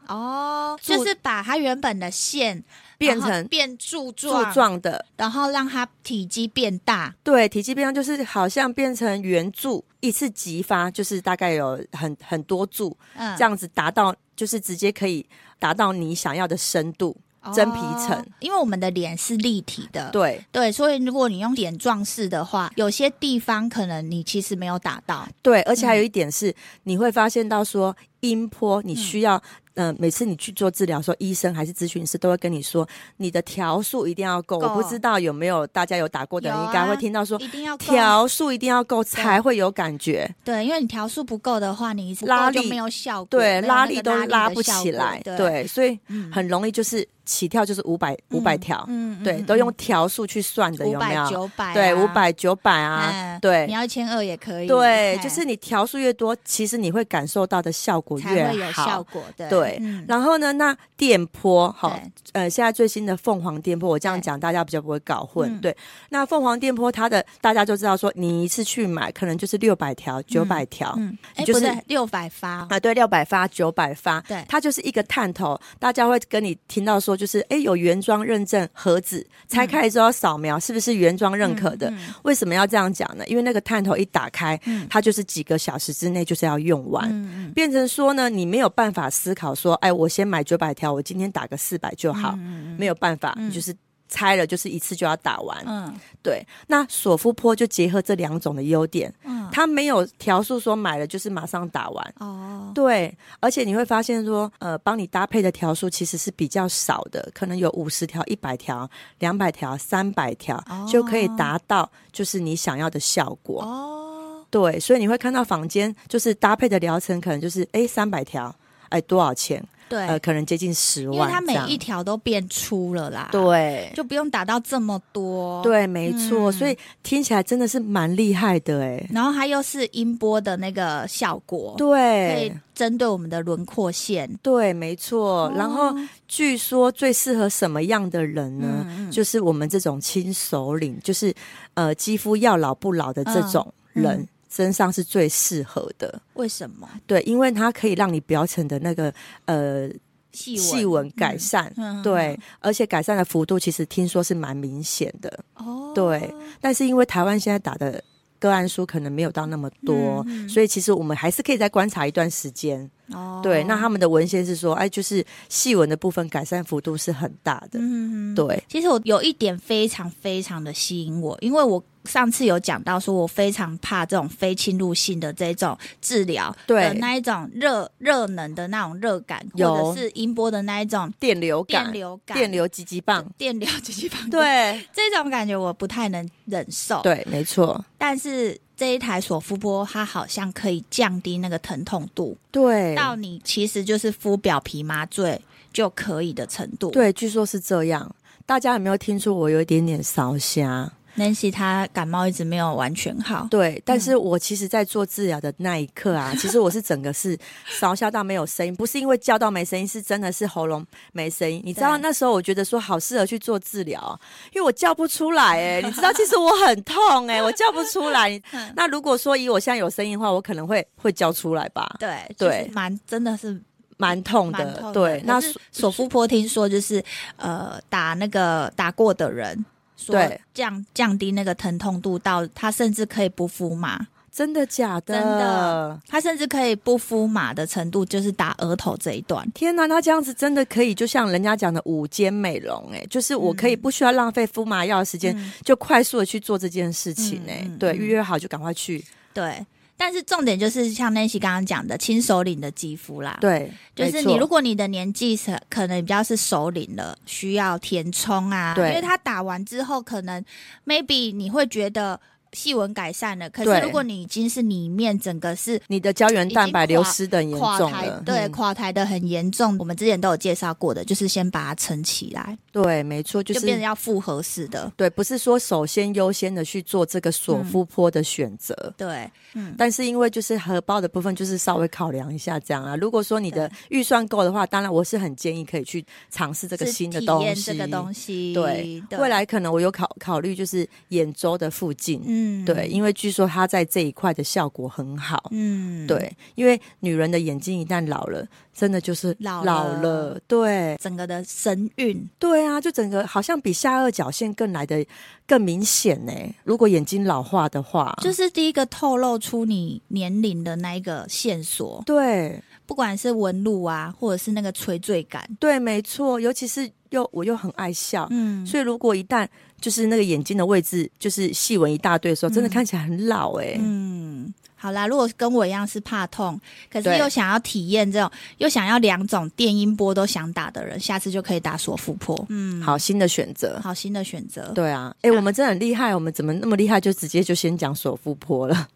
[SPEAKER 3] 哦，
[SPEAKER 1] 柱
[SPEAKER 3] 就是把它原本的线
[SPEAKER 1] 变
[SPEAKER 3] 然后
[SPEAKER 1] 成
[SPEAKER 3] 变柱
[SPEAKER 1] 柱
[SPEAKER 3] 状，
[SPEAKER 1] 状的，
[SPEAKER 3] 然后让它体积变大，
[SPEAKER 1] 对，体积变量就是好像变成圆柱，一次急发，就是大概有很很多柱，
[SPEAKER 3] 嗯，
[SPEAKER 1] 这样子达到就是直接可以达到你想要的深度。真皮层
[SPEAKER 3] 哦因为我们的脸是立体的，
[SPEAKER 1] 对
[SPEAKER 3] 对，所以如果你用点状式的话，有些地方可能你其实没有打到，
[SPEAKER 1] 对，而且还有
[SPEAKER 3] 嗯
[SPEAKER 1] 一点是，你会发现到说音波，你需要。嗯、每次你去做治疗的时候，医生还是咨询师都会跟你说，你的条数一定要够。
[SPEAKER 3] 够
[SPEAKER 1] 我不知道有没有大家有打过的人，
[SPEAKER 3] 有啊
[SPEAKER 1] 应该会听到说
[SPEAKER 3] 一定要够
[SPEAKER 1] 条数一定要够才会有感觉。
[SPEAKER 3] 对，因为你条数不够的话，你不够
[SPEAKER 1] 拉力
[SPEAKER 3] 就没有效果，
[SPEAKER 1] 对，
[SPEAKER 3] 没有那个
[SPEAKER 1] 拉
[SPEAKER 3] 拉
[SPEAKER 1] 力都拉不起来。
[SPEAKER 3] 力的效果，
[SPEAKER 1] 对，所以
[SPEAKER 3] 嗯
[SPEAKER 1] 很容易就是起跳就是五百五百条，
[SPEAKER 3] 嗯
[SPEAKER 1] 对，都用条数去算的，
[SPEAKER 3] 五
[SPEAKER 1] 有没
[SPEAKER 3] 百
[SPEAKER 1] 有？
[SPEAKER 3] 九百，啊
[SPEAKER 1] 对，五百九百啊
[SPEAKER 3] 嗯，
[SPEAKER 1] 对
[SPEAKER 3] 你。要一千二也可以，
[SPEAKER 1] 对，
[SPEAKER 3] 哎
[SPEAKER 1] 就是你条数越多，其实你会感受到的效果
[SPEAKER 3] 才
[SPEAKER 1] 越
[SPEAKER 3] 会有效
[SPEAKER 1] 好。
[SPEAKER 3] 果的，
[SPEAKER 1] 对
[SPEAKER 3] 嗯
[SPEAKER 1] 然后呢，那电波哈
[SPEAKER 3] 对，
[SPEAKER 1] 呃，现在最新的凤凰电波，我这样
[SPEAKER 3] 对
[SPEAKER 1] 讲大家比较不会搞混
[SPEAKER 3] 嗯。
[SPEAKER 1] 对，那凤凰电波它的大家就知道说，你一次去买可能就是六百条、九百条，
[SPEAKER 3] 嗯，哎，
[SPEAKER 1] 就
[SPEAKER 3] 不
[SPEAKER 1] 是
[SPEAKER 3] 对，六百发，嗯
[SPEAKER 1] 啊，对，六百发、九百发，
[SPEAKER 3] 对
[SPEAKER 1] 它就是一个探头，大家会跟你听到说，就是哎，有原装认证盒子，拆开之后扫描是不是原装认可的？
[SPEAKER 3] 嗯嗯
[SPEAKER 1] 为什么要这样讲呢？因为那个探头一打开，
[SPEAKER 3] 嗯
[SPEAKER 1] 它就是几个小时之内就是要用完。
[SPEAKER 3] 嗯嗯
[SPEAKER 1] 变成说呢，你没有办法思考说，哎，我先买九百条，我今天打个四百就好，没有办法，
[SPEAKER 3] 嗯
[SPEAKER 1] 你就是拆了，就是一次就要打完。
[SPEAKER 3] 嗯
[SPEAKER 1] 对，那索夫坡就结合这两种的优点，
[SPEAKER 3] 嗯，
[SPEAKER 1] 它没有条数说买了就是马上打完，
[SPEAKER 3] 哦，
[SPEAKER 1] 对，而且你会发现说，呃，帮你搭配的条数其实是比较少的，可能有五十条、一百条、两百条、三百条、
[SPEAKER 3] 哦
[SPEAKER 1] 就可以达到就是你想要的效果。
[SPEAKER 3] 哦，
[SPEAKER 1] 对，所以你会看到坊间就是搭配的疗程，可能就是哎三百条，哎多少钱？
[SPEAKER 3] 对，
[SPEAKER 1] 呃，可能接近十
[SPEAKER 3] 因为
[SPEAKER 1] 万
[SPEAKER 3] 它
[SPEAKER 1] 这
[SPEAKER 3] 每
[SPEAKER 1] 样，
[SPEAKER 3] 一条都变粗了啦，，
[SPEAKER 1] 对。
[SPEAKER 3] 就不用打到这么多，。
[SPEAKER 1] 对，没错，
[SPEAKER 3] 嗯
[SPEAKER 1] 所以听起来真的是蛮厉害的哎、
[SPEAKER 3] 然后它又是音波的那个效果，哦可以
[SPEAKER 1] 对，
[SPEAKER 3] 针对我们的轮廓线。
[SPEAKER 1] 对，没错。然后
[SPEAKER 3] 哦
[SPEAKER 1] 据说最适合什么样的人呢？
[SPEAKER 3] 嗯嗯
[SPEAKER 1] 就是我们这种亲首领，就是呃肌肤要老不老的这种人。
[SPEAKER 3] 嗯
[SPEAKER 1] 身上是最适合的，
[SPEAKER 3] 为什么
[SPEAKER 1] 对，因为它可以让你表层的那个呃
[SPEAKER 3] 细
[SPEAKER 1] 细纹改善，
[SPEAKER 3] 嗯嗯
[SPEAKER 1] 对，而且改善的幅度其实听说是蛮明显的，
[SPEAKER 3] 哦
[SPEAKER 1] 对但是因为台湾现在打的个案数可能没有到那么多，
[SPEAKER 3] 嗯嗯
[SPEAKER 1] 所以其实我们还是可以再观察一段时间。
[SPEAKER 3] 哦
[SPEAKER 1] 对，那他们的文献是说，哎，就是细纹的部分改善幅度是很大的。
[SPEAKER 3] 嗯。
[SPEAKER 1] 对，
[SPEAKER 3] 其实我有一点非常非常的吸引我，因为我上次有讲到说，我非常怕这种非侵入性的这种治疗，
[SPEAKER 1] 对
[SPEAKER 3] 的那一种热热能的那种热感，
[SPEAKER 1] 有
[SPEAKER 3] 或者是音波的那一种
[SPEAKER 1] 电流感，
[SPEAKER 3] 电流感，
[SPEAKER 1] 电流极极棒。
[SPEAKER 3] 电流这些方，
[SPEAKER 1] 对
[SPEAKER 3] 这种感觉我不太能忍受。
[SPEAKER 1] 对，没错，
[SPEAKER 3] 但是这一台索肤波，它好像可以降低那个疼痛度，
[SPEAKER 1] 对
[SPEAKER 3] 到你其实就是敷表皮麻醉就可以的程度。
[SPEAKER 1] 对，据说是这样。大家有没有听出我有一点点烧瞎？
[SPEAKER 3] ，Nancy 她感冒一直没有完全好，
[SPEAKER 1] 对，但
[SPEAKER 3] 嗯
[SPEAKER 1] 是我其实，在做治疗的那一刻啊，其实我是整个是烧瞎到没有声音，不是因为叫到没声音，是真的是喉咙没声音。你知道
[SPEAKER 3] 对
[SPEAKER 1] 那时候我觉得说好适合去做治疗哦，因为我叫不出来哎、你知道其实我很痛哎、我叫不出 来。
[SPEAKER 3] 嗯
[SPEAKER 1] 那如果说以我现在有声音的话，我可能会会叫出来吧，
[SPEAKER 3] 对
[SPEAKER 1] 对
[SPEAKER 3] 就是蛮真的是
[SPEAKER 1] 蛮痛的。
[SPEAKER 3] 蛮痛的。
[SPEAKER 1] 对，那
[SPEAKER 3] 可是索夫波听说就是呃打那个打过的人。说
[SPEAKER 1] 对
[SPEAKER 3] 降降低那个疼痛度到他甚至可以不敷麻，
[SPEAKER 1] 真的假的？
[SPEAKER 3] 真的，他甚至可以不敷马的程度，就是打额头这一段。
[SPEAKER 1] 天哪，那这样子真的可以，就像人家讲的五间美容、欸，哎，就是我可以不需要浪费敷麻药的时间，
[SPEAKER 3] 嗯
[SPEAKER 1] 就快速的去做这件事情、欸，哎、
[SPEAKER 3] 嗯嗯
[SPEAKER 1] 对，
[SPEAKER 3] 嗯
[SPEAKER 1] 预约好就赶快去，
[SPEAKER 3] 对，但是重点就是像 Nancy 刚刚讲的，亲手领的肌肤啦，，
[SPEAKER 1] 对，
[SPEAKER 3] 就是
[SPEAKER 1] 没
[SPEAKER 3] 你
[SPEAKER 1] 错
[SPEAKER 3] 如果你的年纪是可能比较是首领了，需要填充啊，
[SPEAKER 1] 对
[SPEAKER 3] 因为它打完之后，可能 maybe 你会觉得细纹改善了，可
[SPEAKER 1] 对
[SPEAKER 3] 是如果你已经是里面整个是
[SPEAKER 1] 你的胶原蛋白
[SPEAKER 3] 已经
[SPEAKER 1] 流
[SPEAKER 3] 垮
[SPEAKER 1] 失的很严
[SPEAKER 3] 垮
[SPEAKER 1] 重
[SPEAKER 3] 台
[SPEAKER 1] 了，，
[SPEAKER 3] 对，
[SPEAKER 1] 嗯
[SPEAKER 3] 垮台的很严重，我们之前都有介绍过的，就是先把它撑起来，
[SPEAKER 1] 对，没错，就
[SPEAKER 3] 就是变成要复合式的，
[SPEAKER 1] 对，不是说首先优先的去做这个索夫坡的选择。
[SPEAKER 3] 对，嗯，
[SPEAKER 1] 但是因为就是荷包的部分，就是稍微考量一下这样啊。如果说你的预算够的话，当然我是很建议可以去尝试这个
[SPEAKER 3] 是
[SPEAKER 1] 新的
[SPEAKER 3] 体
[SPEAKER 1] 东
[SPEAKER 3] 验
[SPEAKER 1] 西。
[SPEAKER 3] 这个东西，
[SPEAKER 1] 对，未，来可能我有考考虑，就是兖州的附近，
[SPEAKER 3] 嗯
[SPEAKER 1] 对，，因为据说它在这一块的效果很好。
[SPEAKER 3] 嗯，。
[SPEAKER 1] 对，因为女人的眼睛一旦老了，真的就是
[SPEAKER 3] 老了
[SPEAKER 1] 了对
[SPEAKER 3] 整个的神韵，
[SPEAKER 1] 对啊，就整个好像比下颚角线更来的更明显呢。如果眼睛老化的话，
[SPEAKER 3] 就是第一个透露出你年龄的那一个线索，
[SPEAKER 1] 对
[SPEAKER 3] 不管是纹路啊，或者是那个垂坠感，
[SPEAKER 1] 对，没错，尤其是又我又很爱笑，
[SPEAKER 3] 嗯，
[SPEAKER 1] 所以如果一旦就是那个眼睛的位置就是细纹一大堆的时候，真的
[SPEAKER 3] 嗯
[SPEAKER 1] 看起来很老哎、
[SPEAKER 3] 嗯，好啦，如果跟我一样是怕痛，可是
[SPEAKER 1] 对
[SPEAKER 3] 又想要体验这种，又想要两种电音波都想打的人，下次就可以打索腹破，嗯，
[SPEAKER 1] 好，新的选择。
[SPEAKER 3] 好新的选择，
[SPEAKER 1] 对啊，哎、我们真的很厉害，我们怎么那么厉害？就直接就先讲首富 坡了。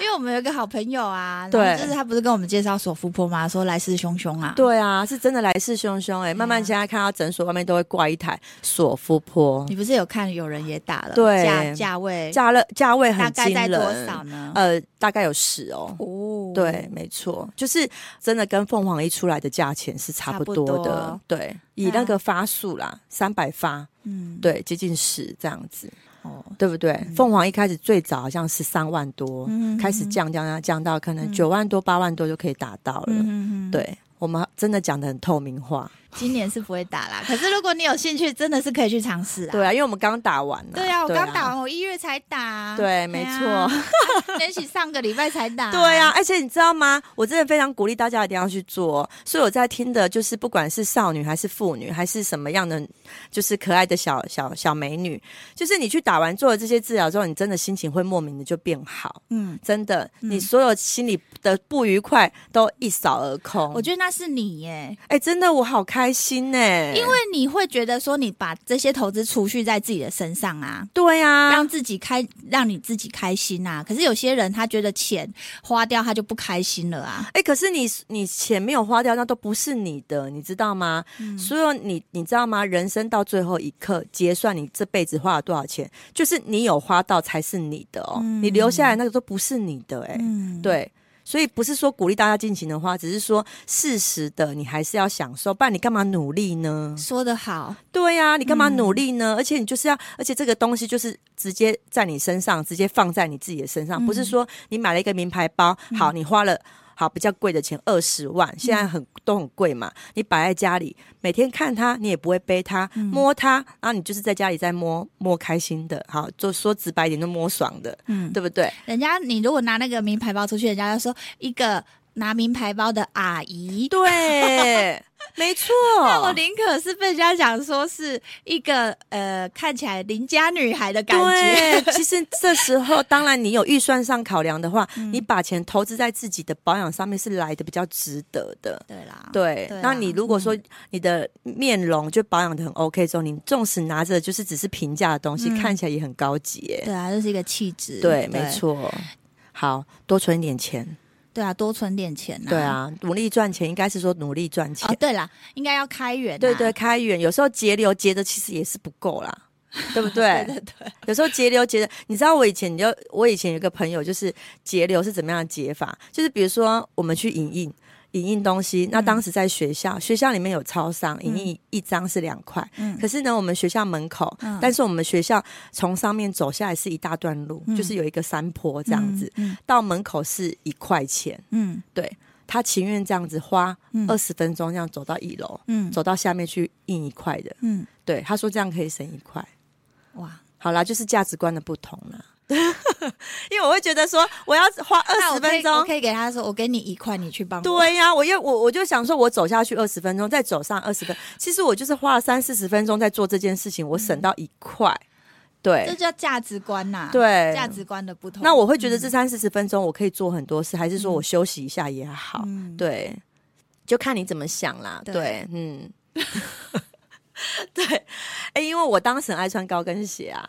[SPEAKER 3] 因为我们有一个好朋友啊，然后
[SPEAKER 1] 对
[SPEAKER 3] 就是他不是跟我们介绍索腹破吗？说来势汹汹啊，，
[SPEAKER 1] 对啊，是真的来势汹汹哎，慢慢现在看到诊所外面都会挂一台索夫坡，
[SPEAKER 3] 你不是有看有人也打了，
[SPEAKER 1] 对
[SPEAKER 3] 价价位
[SPEAKER 1] 价了价位
[SPEAKER 3] 大
[SPEAKER 1] 很
[SPEAKER 3] 概
[SPEAKER 1] 惊
[SPEAKER 3] 在多
[SPEAKER 1] 人，
[SPEAKER 3] 少呢？
[SPEAKER 1] 呃，大概有十哦。
[SPEAKER 3] 哦，
[SPEAKER 1] 对，没错，就是真的跟凤凰一出来的价钱是差不多
[SPEAKER 3] 差不
[SPEAKER 1] 的，
[SPEAKER 3] 多
[SPEAKER 1] 对，以那个发数啦，三百发，
[SPEAKER 3] 嗯，
[SPEAKER 1] 对，接近十这样子，
[SPEAKER 3] 哦，
[SPEAKER 1] 对不对？凤凰一开始最早好像是三万多，
[SPEAKER 3] 嗯
[SPEAKER 1] 哦开始降降降降到可能九万多、八万多就可以达到了，
[SPEAKER 3] 嗯，
[SPEAKER 1] 对。我们真的讲的很透明化，
[SPEAKER 3] 今年是不会打啦。可是如果你有兴趣，真的是可以去尝试啊。
[SPEAKER 1] 对啊，因为我们刚打完、啊，
[SPEAKER 3] 对啊，我刚打完，我啊一月才打。
[SPEAKER 1] 对没错
[SPEAKER 3] 也许上个礼拜才打。啊
[SPEAKER 1] 对啊呀、，而且你知道吗？我真的非常鼓励大家一定要去做哦。所以我在听的，就是不管是少女还是妇女，还是什么样的，就是可爱的小小小美女，就是你去打完做了这些治疗之后，你真的心情会莫名的就变好，
[SPEAKER 3] 嗯，
[SPEAKER 1] 真的，你所有心里的不愉快都一扫而空。
[SPEAKER 3] 我觉得那是你耶，
[SPEAKER 1] 哎、真的我好开心欸呢、
[SPEAKER 3] 因为你会觉得说你把这些投资储蓄在自己的身上啊。
[SPEAKER 1] 对呀、
[SPEAKER 3] 让自己开，让你自己开心啊！可是有些人他觉得钱花掉，他就不开心了啊。
[SPEAKER 1] 哎、可是你你钱没有花掉，那都不是你的，你知道吗？所有你你知道吗？人生到最后一刻结算，你这辈子花了多少钱，就是你有花到才是你的哦，你留下来那个都不是你的、哎、
[SPEAKER 3] 嗯，
[SPEAKER 1] 对。所以不是说鼓励大家尽情的花，只是说适时的，你还是要享受，不然你干嘛努力呢？
[SPEAKER 3] 说得好，
[SPEAKER 1] 对呀、你干嘛努力
[SPEAKER 3] 嗯
[SPEAKER 1] 呢？而且你就是要，而且这个东西就是直接在你身上，直接放在你自己的身上，
[SPEAKER 3] 嗯
[SPEAKER 1] 不是说你买了一个名牌包，好，你花了。好，比较贵的钱二十万，
[SPEAKER 3] 嗯
[SPEAKER 1] 现在很都很贵嘛。你摆在家里，每天看它，你也不会背它、
[SPEAKER 3] 嗯
[SPEAKER 1] 摸它，然后你就是在家里在摸摸开心的，好，就说直白一点，就摸爽的，
[SPEAKER 3] 嗯，
[SPEAKER 1] 对 不对？
[SPEAKER 3] 人家你如果拿那个名牌包出去，人家就说一个拿名牌包的阿姨。
[SPEAKER 1] 对，没错。
[SPEAKER 3] 那啊我宁可是被人家讲说是一个呃看起来邻家女孩的感觉，
[SPEAKER 1] 对，其实这 时候，当然你有预算上考量的话，
[SPEAKER 3] 嗯
[SPEAKER 1] 你把钱投资在自己的保养上面是来的比较值得的。
[SPEAKER 3] 对啦，
[SPEAKER 1] 对，
[SPEAKER 3] 对啊
[SPEAKER 1] 那你如果说你的面容就保养的很 OK 之后，你纵使拿着就是只是平价的东西，
[SPEAKER 3] 嗯
[SPEAKER 1] 看起来也很高级耶。
[SPEAKER 3] 对啊，这是一个气质，
[SPEAKER 1] 对，没，错。好多存一点钱，
[SPEAKER 3] 对啊，多存点钱啊，
[SPEAKER 1] 对，啊，努力赚钱，应该是说努力赚钱
[SPEAKER 3] 哦，。对啦，应该要开源啊，
[SPEAKER 1] 对对，开源有时候节流节的其实也是不够啦， 对不对？对对有时候节流节的，你知道我以前你就我以前有个朋友，就是节流是怎么样的解法？就是比如说我们去影印。影印东
[SPEAKER 3] 嗯
[SPEAKER 1] 西，那当时在学校，学校里面有超商，影印一张是两块。
[SPEAKER 3] 嗯
[SPEAKER 1] 可是呢，我们学校门口，
[SPEAKER 3] 嗯
[SPEAKER 1] 但是我们学校从上面走下来是一大段路，
[SPEAKER 3] 嗯
[SPEAKER 1] 就是有一个山坡这样子，
[SPEAKER 3] 嗯
[SPEAKER 1] 到门口是一块钱。
[SPEAKER 3] 嗯
[SPEAKER 1] 对他情愿这样子花
[SPEAKER 3] 嗯
[SPEAKER 1] 二十分钟这样走到一楼，
[SPEAKER 3] 嗯
[SPEAKER 1] 走到下面去印一块的。
[SPEAKER 3] 嗯，
[SPEAKER 1] 对，他说这样可以省一块。
[SPEAKER 3] 哇，
[SPEAKER 1] 好啦，就是价值观的不同啦。 因为我会觉得说我要花
[SPEAKER 3] 那我
[SPEAKER 1] 二十
[SPEAKER 3] 可以
[SPEAKER 1] 分钟
[SPEAKER 3] 我可以给他说，我给你一块，你去帮我。
[SPEAKER 1] 对呀、我因为我我就想说，我走下去二十分钟，再走上二十分，其实我就是花了三四十分钟在做这件事情，我省到一块。
[SPEAKER 3] 这
[SPEAKER 1] 对
[SPEAKER 3] 叫价值观呐、，
[SPEAKER 1] 对，
[SPEAKER 3] 价值观的不同。
[SPEAKER 1] 那我会觉得这三四十分钟我可以做很多事，还是说我休息一下也好？
[SPEAKER 3] 嗯，
[SPEAKER 1] 对，就看你怎么想啦。
[SPEAKER 3] 对
[SPEAKER 1] 对，嗯。 对，哎、因为我当时很爱穿高跟鞋 啊，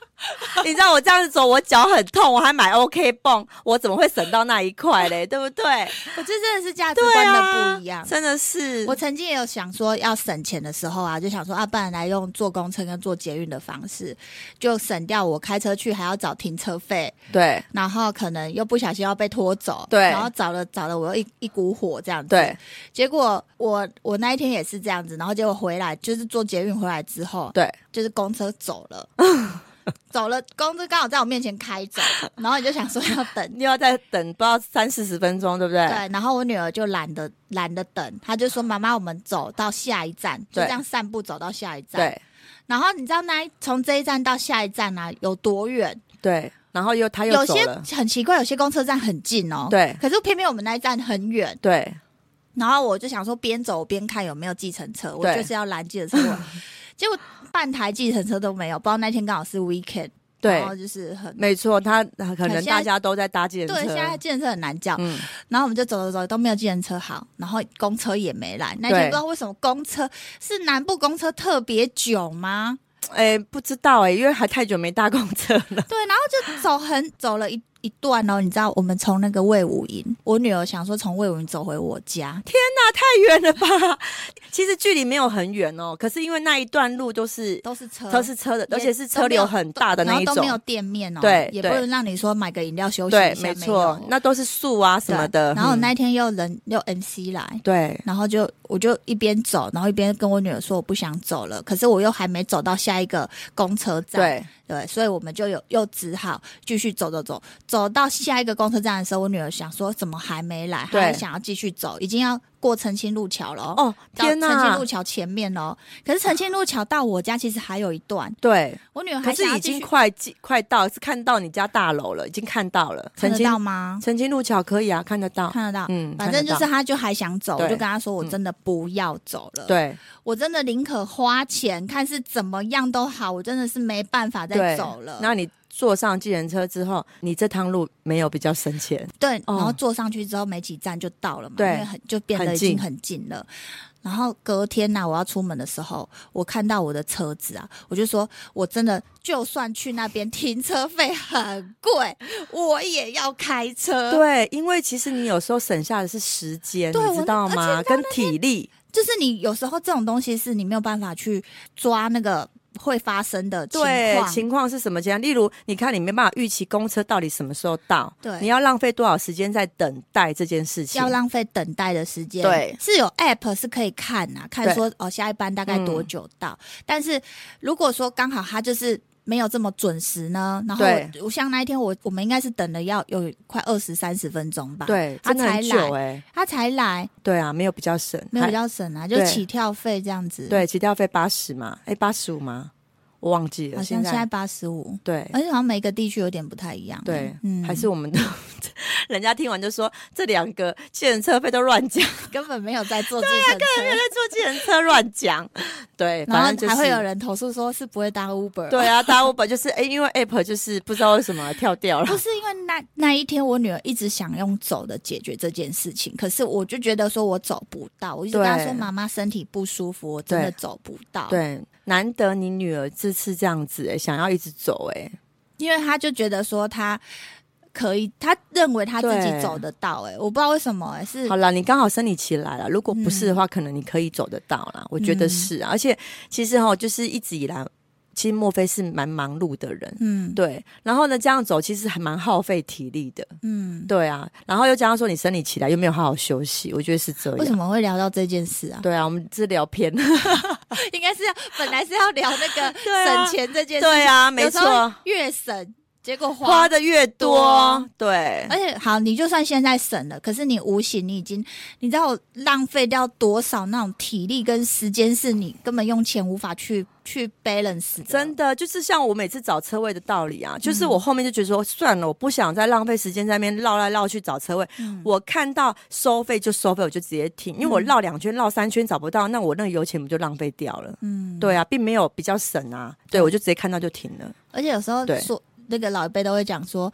[SPEAKER 1] 你知道我这样子走，我脚很痛，我还买 OK 泵，我怎么会省到那一 块嘞？对不对？
[SPEAKER 3] 我这真的是价值
[SPEAKER 1] 对
[SPEAKER 3] 观
[SPEAKER 1] 啊，
[SPEAKER 3] 的不一样。
[SPEAKER 1] 真的是
[SPEAKER 3] 我曾经也有想说要省钱的时候啊，就想说啊，不然来用坐公车跟坐捷运的方式，就省掉我开车去还要找停车费，
[SPEAKER 1] 对
[SPEAKER 3] 然后可能又不小心要被拖走，
[SPEAKER 1] 对
[SPEAKER 3] 然后找了找了我又一一股火这样子，
[SPEAKER 1] 对。
[SPEAKER 3] 结果我我那一天也是这样子，然后结果回来就是坐捷运回来之后，
[SPEAKER 1] 对，
[SPEAKER 3] 就是公车走 了，走了，公车刚好在我面前开走，然后你就想说要等。
[SPEAKER 1] 你要再等不知道三四十分钟，对不对？
[SPEAKER 3] 对，然后我女儿就懒得懒得等，她就说：“妈妈，我们走到下一站，就
[SPEAKER 1] 对
[SPEAKER 3] 这样散步走到下一站。
[SPEAKER 1] 对”
[SPEAKER 3] 然后你知道那一从这一站到下一站啊有多远？
[SPEAKER 1] 对然后又他又
[SPEAKER 3] 有
[SPEAKER 1] 走
[SPEAKER 3] 些
[SPEAKER 1] 了，
[SPEAKER 3] 很奇怪，有些公车站很近哦，，
[SPEAKER 1] 对
[SPEAKER 3] 可是偏偏我们那一站很远，
[SPEAKER 1] 对
[SPEAKER 3] 然后我就想说，边走边看有没有计程车，我
[SPEAKER 1] 对
[SPEAKER 3] 就是要拦计程车。我 结果半台计程车都没有，不知道那天刚好是 weekend，
[SPEAKER 1] 对
[SPEAKER 3] 然，后就是很
[SPEAKER 1] 没错，他可
[SPEAKER 3] 现在
[SPEAKER 1] 能大家都在搭计程
[SPEAKER 3] 对，现在
[SPEAKER 1] 车，
[SPEAKER 3] 计程车很难叫。
[SPEAKER 1] 嗯，
[SPEAKER 3] 然后我们就走走走都没有计程嗯车好，然后公车也没来。那天
[SPEAKER 1] 对
[SPEAKER 3] 不知道为什么公车是南部公车特别久 吗？
[SPEAKER 1] 哎，不知道哎，因为还太久没搭公车 了，
[SPEAKER 3] 对，然后就走很走了一一段哦，你知道我们从那个魏武营，我女儿想说从魏武营走回我 家，
[SPEAKER 1] 太远了吧？其实距离没有很远哦，可是因为那一段路都是
[SPEAKER 3] 都是车，
[SPEAKER 1] 都是车的，
[SPEAKER 3] 也
[SPEAKER 1] 而且是车流很大的
[SPEAKER 3] 然
[SPEAKER 1] 那
[SPEAKER 3] 后
[SPEAKER 1] 一
[SPEAKER 3] 都没有
[SPEAKER 1] 种，
[SPEAKER 3] 店面哦，
[SPEAKER 1] 对
[SPEAKER 3] 也不
[SPEAKER 1] 对
[SPEAKER 3] 能让你说买个饮料休息一
[SPEAKER 1] 对，
[SPEAKER 3] 下，
[SPEAKER 1] 没
[SPEAKER 3] 有
[SPEAKER 1] 错，那都是树啊什么的，
[SPEAKER 3] 对然后
[SPEAKER 1] 嗯
[SPEAKER 3] 那一天又人又 MC 来。
[SPEAKER 1] 对
[SPEAKER 3] 然后就我就一边走，然后一边跟我女儿说我不想走了，可是我又还没走到下一个公车站，
[SPEAKER 1] 对
[SPEAKER 3] 对所以我们就有又只好继续走走走，走到下一个公车站的时候，我女儿想说怎么还没来，她
[SPEAKER 1] 对
[SPEAKER 3] 还想要继续走，已经要过澄清路桥了，哦，
[SPEAKER 1] 哦，
[SPEAKER 3] 到
[SPEAKER 1] 天
[SPEAKER 3] 澄清
[SPEAKER 1] 哪
[SPEAKER 3] 路，桥前面喽。可是澄清路桥到我家其实还有一段，
[SPEAKER 1] 对，
[SPEAKER 3] 我女儿哦还
[SPEAKER 1] 可是
[SPEAKER 3] 想要
[SPEAKER 1] 已
[SPEAKER 3] 继
[SPEAKER 1] 经
[SPEAKER 3] 续
[SPEAKER 1] 快进快到，是看到你家大楼了，已经看到了。
[SPEAKER 3] 看
[SPEAKER 1] 澄
[SPEAKER 3] 得
[SPEAKER 1] 清
[SPEAKER 3] 到吗？
[SPEAKER 1] 澄清路桥可以啊，看得到。
[SPEAKER 3] 看得到。
[SPEAKER 1] 嗯
[SPEAKER 3] 反正就是
[SPEAKER 1] 看得
[SPEAKER 3] 他就还想走，我就
[SPEAKER 1] 对
[SPEAKER 3] 跟他说我真的不要走了，
[SPEAKER 1] 到对
[SPEAKER 3] 我真的宁可花钱，看是怎么样都好，我真的是没办法再
[SPEAKER 1] 对
[SPEAKER 3] 走了。
[SPEAKER 1] 那你坐上计程车之后，你这趟路没有比较省钱，
[SPEAKER 3] 对，
[SPEAKER 1] 哦
[SPEAKER 3] 然后坐上去之后没几站就到了嘛，因
[SPEAKER 1] 对
[SPEAKER 3] 为很就变得已
[SPEAKER 1] 很
[SPEAKER 3] 经
[SPEAKER 1] 近
[SPEAKER 3] 很近了。然后隔天呐、我要出门的时候，我看到我的车子啊，我就说，我真的就算去那边停车费很贵，我也要开车。
[SPEAKER 1] 对，因为其实你有时候省下的是时间，
[SPEAKER 3] 对
[SPEAKER 1] 你
[SPEAKER 3] 我
[SPEAKER 1] 知道
[SPEAKER 3] 而且到
[SPEAKER 1] 吗？跟体力，
[SPEAKER 3] 就是你有时候这种东西是你没有办法去抓那个会发生的情
[SPEAKER 1] 对
[SPEAKER 3] 况。
[SPEAKER 1] 情况是什么情况？例如，你看你没办法预期公车到底什么时候到，
[SPEAKER 3] 对
[SPEAKER 1] 你要浪费多少时间在等待这件事情
[SPEAKER 3] 要？浪费等待的时间，
[SPEAKER 1] 对
[SPEAKER 3] 是有 app 是可以看呐、看说哦下一班大概多久到。
[SPEAKER 1] 嗯
[SPEAKER 3] 但是如果说刚好它就是没有这么准时呢，然后
[SPEAKER 1] 对
[SPEAKER 3] 我我像那一天我我们应该是等了要有快二十三十分钟吧，，
[SPEAKER 1] 对，
[SPEAKER 3] 他
[SPEAKER 1] 真的很
[SPEAKER 3] 啊才来
[SPEAKER 1] 久哎、
[SPEAKER 3] 他才来，
[SPEAKER 1] 对啊，没有比较省，
[SPEAKER 3] 没有
[SPEAKER 1] 还
[SPEAKER 3] 比较省啊，就
[SPEAKER 1] 对
[SPEAKER 3] 起跳费这样子，，
[SPEAKER 1] 对，起跳费八十嘛，哎，八十五吗？我忘记了，
[SPEAKER 3] 好像
[SPEAKER 1] 在
[SPEAKER 3] 现在八十五，
[SPEAKER 1] 对
[SPEAKER 3] 而且好像每个地区有点不太一样，
[SPEAKER 1] 对，
[SPEAKER 3] 嗯，
[SPEAKER 1] 还是我们的，人家听完就说这两个计程车费都乱讲，
[SPEAKER 3] 根本没有在坐计
[SPEAKER 1] 啊
[SPEAKER 3] 程车。
[SPEAKER 1] 在坐计程车乱讲，对，
[SPEAKER 3] 然
[SPEAKER 1] 反正
[SPEAKER 3] 后
[SPEAKER 1] 就是
[SPEAKER 3] 还会有。人投诉说是不会搭 Uber，
[SPEAKER 1] 对啊，大 Uber 就是哎，因为 App 就是不知道为什么跳掉 了
[SPEAKER 3] 不，是因为那那一天我女儿一直想用走的解决这件事情，可是我就觉得说我走不到，我一直跟她
[SPEAKER 1] 对
[SPEAKER 3] 说妈妈身体不舒服，我真的
[SPEAKER 1] 对
[SPEAKER 3] 走不到。，
[SPEAKER 1] 对，难得你女儿这次这样子，哎，想要一直走，哎，
[SPEAKER 3] 因为她就觉得说她可以，她认为她自己
[SPEAKER 1] 对
[SPEAKER 3] 走得到、哎，我不知道为什么、哎，是嗯
[SPEAKER 1] 好啦，你刚好生理期来了，如果不是的话，可能你可以走得到啦。我觉得是啊，而且其实哈，就是一直以来，其实莫非是蛮忙碌的人，
[SPEAKER 3] 嗯
[SPEAKER 1] 对。然后呢，这样走其实还蛮耗费体力的，
[SPEAKER 3] 嗯，
[SPEAKER 1] 对啊。然后又加上说你生理期来又没有好好休息，我觉得是这
[SPEAKER 3] 为什
[SPEAKER 1] 样。
[SPEAKER 3] 么会聊到这件事啊？
[SPEAKER 1] 对啊，我们是聊偏了。
[SPEAKER 3] 应该是要本来是要聊那个
[SPEAKER 1] 对啊
[SPEAKER 3] 省钱这件事，
[SPEAKER 1] 对啊，没
[SPEAKER 3] 有时候
[SPEAKER 1] 错，
[SPEAKER 3] 越省。结果
[SPEAKER 1] 花的越多
[SPEAKER 3] 多，
[SPEAKER 1] 对
[SPEAKER 3] 而，且好，你就算现在省了，可是你无形你已经，你知道我浪费掉多少那种体力跟时间，是你根本用钱无法去去 balance 的。
[SPEAKER 1] 真的就是像我每次找车位的道理啊，就是
[SPEAKER 3] 嗯
[SPEAKER 1] 我后面就觉得说算了，我不想再浪费时间在那边绕来绕去找车位。
[SPEAKER 3] 嗯
[SPEAKER 1] 我看到收费就收费，我就直接停，因为我绕两圈、绕三圈找不到，那我那个油钱不就浪费掉了？
[SPEAKER 3] 嗯，
[SPEAKER 1] 对啊，并没有比较省啊，对我就直接看到就停了。
[SPEAKER 3] 而且有时候
[SPEAKER 1] 对
[SPEAKER 3] 说那个老一辈都会讲说，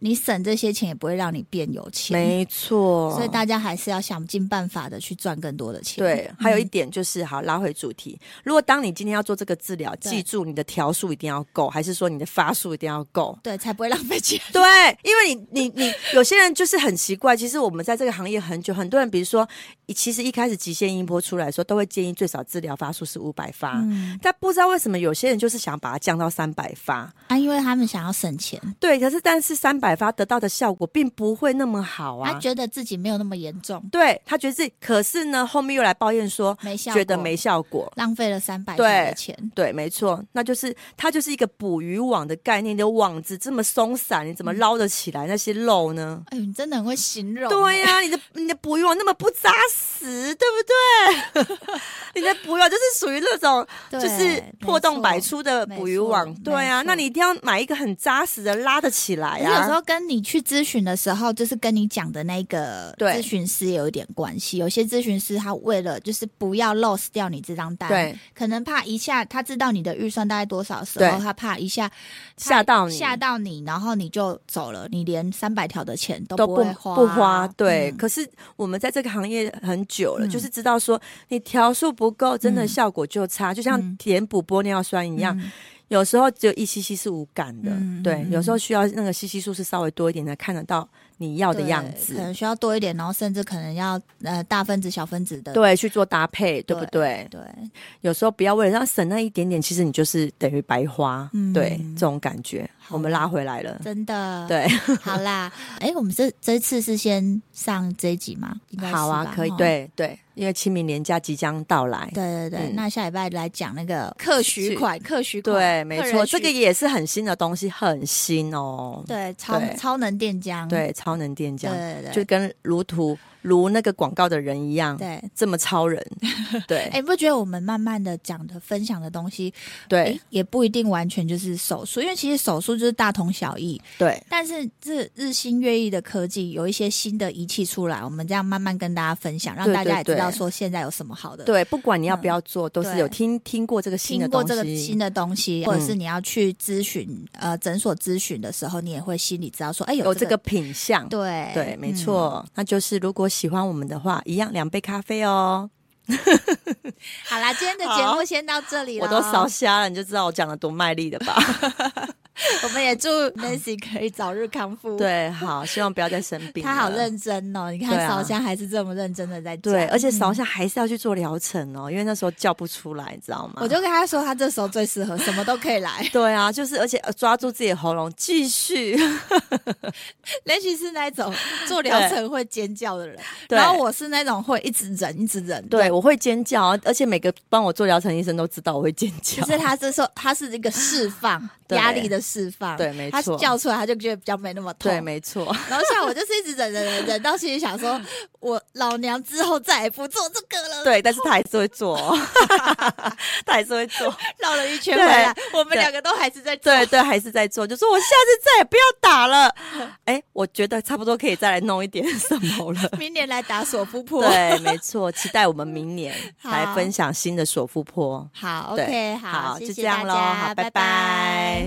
[SPEAKER 3] 你省这些钱也不会让你变有钱，
[SPEAKER 1] 没错，
[SPEAKER 3] 所以大家还嗯是要想尽办法的去赚更多的钱。
[SPEAKER 1] 对，还有一点就是，好拉回主题。如果当你今天要做这个治疗，
[SPEAKER 3] 对
[SPEAKER 1] 记住你的条数一定要够，还是说你的发数一定要够？
[SPEAKER 3] 对，才不会浪费钱。
[SPEAKER 1] 对，因为你你你有些人就是很奇怪，其实我们在这个行业很久，很多人比如说，其实一开始极限音波出来的时候，都会建议最少治疗发数是五百发，
[SPEAKER 3] 嗯，
[SPEAKER 1] 但不知道为什么有些人就是想把它降到三百发，
[SPEAKER 3] 啊，因为他们想要省钱，
[SPEAKER 1] 对，可是但是三百发得到的效果并不会那么好
[SPEAKER 3] 他
[SPEAKER 1] 啊。
[SPEAKER 3] 觉得自己没有那么严重，
[SPEAKER 1] 对他觉得自己，可是呢，后面又来抱怨说，
[SPEAKER 3] 没效果，
[SPEAKER 1] 觉得没效果。
[SPEAKER 3] 浪费了三百
[SPEAKER 1] 对
[SPEAKER 3] 块的钱。
[SPEAKER 1] 对，没错，那就是它就是一个捕鱼网的概念。你的网子这么松散，你
[SPEAKER 3] 嗯
[SPEAKER 1] 怎么捞得起来那些肉呢？
[SPEAKER 3] 哎呦，你真的很会形容。
[SPEAKER 1] 对呀、你的你的捕鱼网那么不扎实，对不 对？你的捕鱼网就是属于那种
[SPEAKER 3] 对，
[SPEAKER 1] 就是破洞百
[SPEAKER 3] 没错。
[SPEAKER 1] 出的捕鱼网
[SPEAKER 3] 没，错
[SPEAKER 1] 对呀、
[SPEAKER 3] 没错
[SPEAKER 1] 那你一定要买一个很扎实的，拉得起
[SPEAKER 3] 可
[SPEAKER 1] 来
[SPEAKER 3] 是有时
[SPEAKER 1] 呀、
[SPEAKER 3] 候跟你去咨询的时候，就是跟你讲的那个
[SPEAKER 1] 对
[SPEAKER 3] 咨询师也有一点关系。有些咨询师他为了就是不要 lose 掉你这张单，，
[SPEAKER 1] 对，
[SPEAKER 3] 可能怕一下他知道你的预算大概多少的时候，
[SPEAKER 1] 对
[SPEAKER 3] 他怕一下他
[SPEAKER 1] 吓到你，
[SPEAKER 3] 吓到你，然后你就走了，你连三百条的钱都
[SPEAKER 1] 都
[SPEAKER 3] 不
[SPEAKER 1] 不
[SPEAKER 3] 会花，
[SPEAKER 1] 不花，对。
[SPEAKER 3] 嗯
[SPEAKER 1] 可是我们在这个行业很久了，
[SPEAKER 3] 嗯
[SPEAKER 1] 就是知道说你条数不够，真的
[SPEAKER 3] 嗯
[SPEAKER 1] 效果就差，就像
[SPEAKER 3] 嗯
[SPEAKER 1] 填补玻尿酸一样，
[SPEAKER 3] 嗯
[SPEAKER 1] 有时候只有一 cc 是无感的，
[SPEAKER 3] 嗯
[SPEAKER 1] 对
[SPEAKER 3] 嗯，
[SPEAKER 1] 有时候需要那个 cc 数是稍微多一点才看得到你要的
[SPEAKER 3] 嗯对
[SPEAKER 1] 样
[SPEAKER 3] 可能
[SPEAKER 1] 子，
[SPEAKER 3] 需要多一点，然后甚至可能要呃大分子、小分子的，
[SPEAKER 1] 对，去做搭配，对
[SPEAKER 3] 对
[SPEAKER 1] 不对？
[SPEAKER 3] 对，
[SPEAKER 1] 有时候不要为了让省那一点点，其实你就是等于白花，
[SPEAKER 3] 嗯
[SPEAKER 1] 对，这种感觉，
[SPEAKER 3] 好
[SPEAKER 1] 我们拉回来了。
[SPEAKER 3] 真的，
[SPEAKER 1] 对，
[SPEAKER 3] 好啦，哎，我们这这次是先上这一集吗？应该是吧
[SPEAKER 1] 好啊，可以，
[SPEAKER 3] 齁
[SPEAKER 1] 对对，因为清明年假即将到来，
[SPEAKER 3] 对对对，
[SPEAKER 1] 嗯
[SPEAKER 3] 那下礼拜来讲那个客许款，客许款，
[SPEAKER 1] 对，没
[SPEAKER 3] 客人
[SPEAKER 1] 错，
[SPEAKER 3] 许
[SPEAKER 1] 这个也是很新的东西，很新哦。
[SPEAKER 3] 对超
[SPEAKER 1] 对
[SPEAKER 3] 超能电浆，
[SPEAKER 1] 对，超能电浆
[SPEAKER 3] 对对对，
[SPEAKER 1] 就跟如图如那个广告的人一样，
[SPEAKER 3] 对。
[SPEAKER 1] 这么超 人。对
[SPEAKER 3] 哎、你不觉得我们慢慢的讲的、分享的东西，
[SPEAKER 1] 对
[SPEAKER 3] 哎，也不一定完全就是手术，因为其实手术就是大同小异。
[SPEAKER 1] 对，
[SPEAKER 3] 但是这日新月异的科技，有一些新的仪器出来，我们这样慢慢跟大家分享，让
[SPEAKER 1] 对
[SPEAKER 3] 大家
[SPEAKER 1] 对
[SPEAKER 3] 也知道
[SPEAKER 1] 对
[SPEAKER 3] 说现在有什么好的
[SPEAKER 1] 对，不管你要不要做，都是
[SPEAKER 3] 嗯对
[SPEAKER 1] 有听听过这个新的
[SPEAKER 3] 听过
[SPEAKER 1] 东
[SPEAKER 3] 这个新
[SPEAKER 1] 西。
[SPEAKER 3] 的东西，
[SPEAKER 1] 嗯
[SPEAKER 3] 或者是你要去咨询呃诊所咨询的时候，你也会心里知道说，哎，
[SPEAKER 1] 有
[SPEAKER 3] 这
[SPEAKER 1] 这个品相，
[SPEAKER 3] 对
[SPEAKER 1] 对，嗯没。错。那就是如果喜欢我们的话，一样两杯咖啡哦。
[SPEAKER 3] 嗯好啦，今天的节目先到这里了，
[SPEAKER 1] 我都烧瞎了，你就知道我讲的多卖力了吧？
[SPEAKER 3] 我们也 祝 Nancy 可以早日康复。，
[SPEAKER 1] 对，好，希望不要再生病 了。
[SPEAKER 3] 她好认真哦，你看
[SPEAKER 1] 对啊
[SPEAKER 3] 烧香还是这么认真的在讲嗯
[SPEAKER 1] 对，而且扫一下还是要去做疗程哦，因为那时候叫不出来，你知道吗？
[SPEAKER 3] 我就跟她说，她这时候最适合，什么都可以 来。
[SPEAKER 1] 对啊，就是而且呃抓住自己的喉咙继续，
[SPEAKER 3] Nancy 是那种做疗程会尖叫的人，
[SPEAKER 1] 对
[SPEAKER 3] 然后我是那种会一直忍、一直忍。
[SPEAKER 1] 对我会尖叫，而且每个帮我做疗程医生都知道我会尖叫
[SPEAKER 3] 可。是他这时候，他是一个释放
[SPEAKER 1] 对
[SPEAKER 3] 压力的释放，
[SPEAKER 1] 对没
[SPEAKER 3] 他
[SPEAKER 1] 错
[SPEAKER 3] 叫出来，他就觉得比较没那么痛。
[SPEAKER 1] 对，没 错，
[SPEAKER 3] 然后像我就是一直忍忍忍忍到心里想 说，我老娘之后再也不做这个了。，
[SPEAKER 1] 对，但是他还是会 做、哦，他还是会做，
[SPEAKER 3] 绕了一圈回来，我们
[SPEAKER 1] 对
[SPEAKER 3] 两个都还是在做。
[SPEAKER 1] 对对，还是在做，就说我下次再也不要打 了。哎，我觉得差不多可以再来弄一 点什么了。
[SPEAKER 3] 明年来打索夫婆。
[SPEAKER 1] 对，没错，期待我们明 年
[SPEAKER 3] 好
[SPEAKER 1] 来分享新的索夫坡。
[SPEAKER 3] 好
[SPEAKER 1] 对
[SPEAKER 3] ，OK，
[SPEAKER 1] 好，
[SPEAKER 3] 谢
[SPEAKER 1] 就
[SPEAKER 3] 谢
[SPEAKER 1] 这样
[SPEAKER 3] 大
[SPEAKER 1] 喽，
[SPEAKER 3] 家
[SPEAKER 1] 好，拜
[SPEAKER 3] 拜拜
[SPEAKER 1] 拜。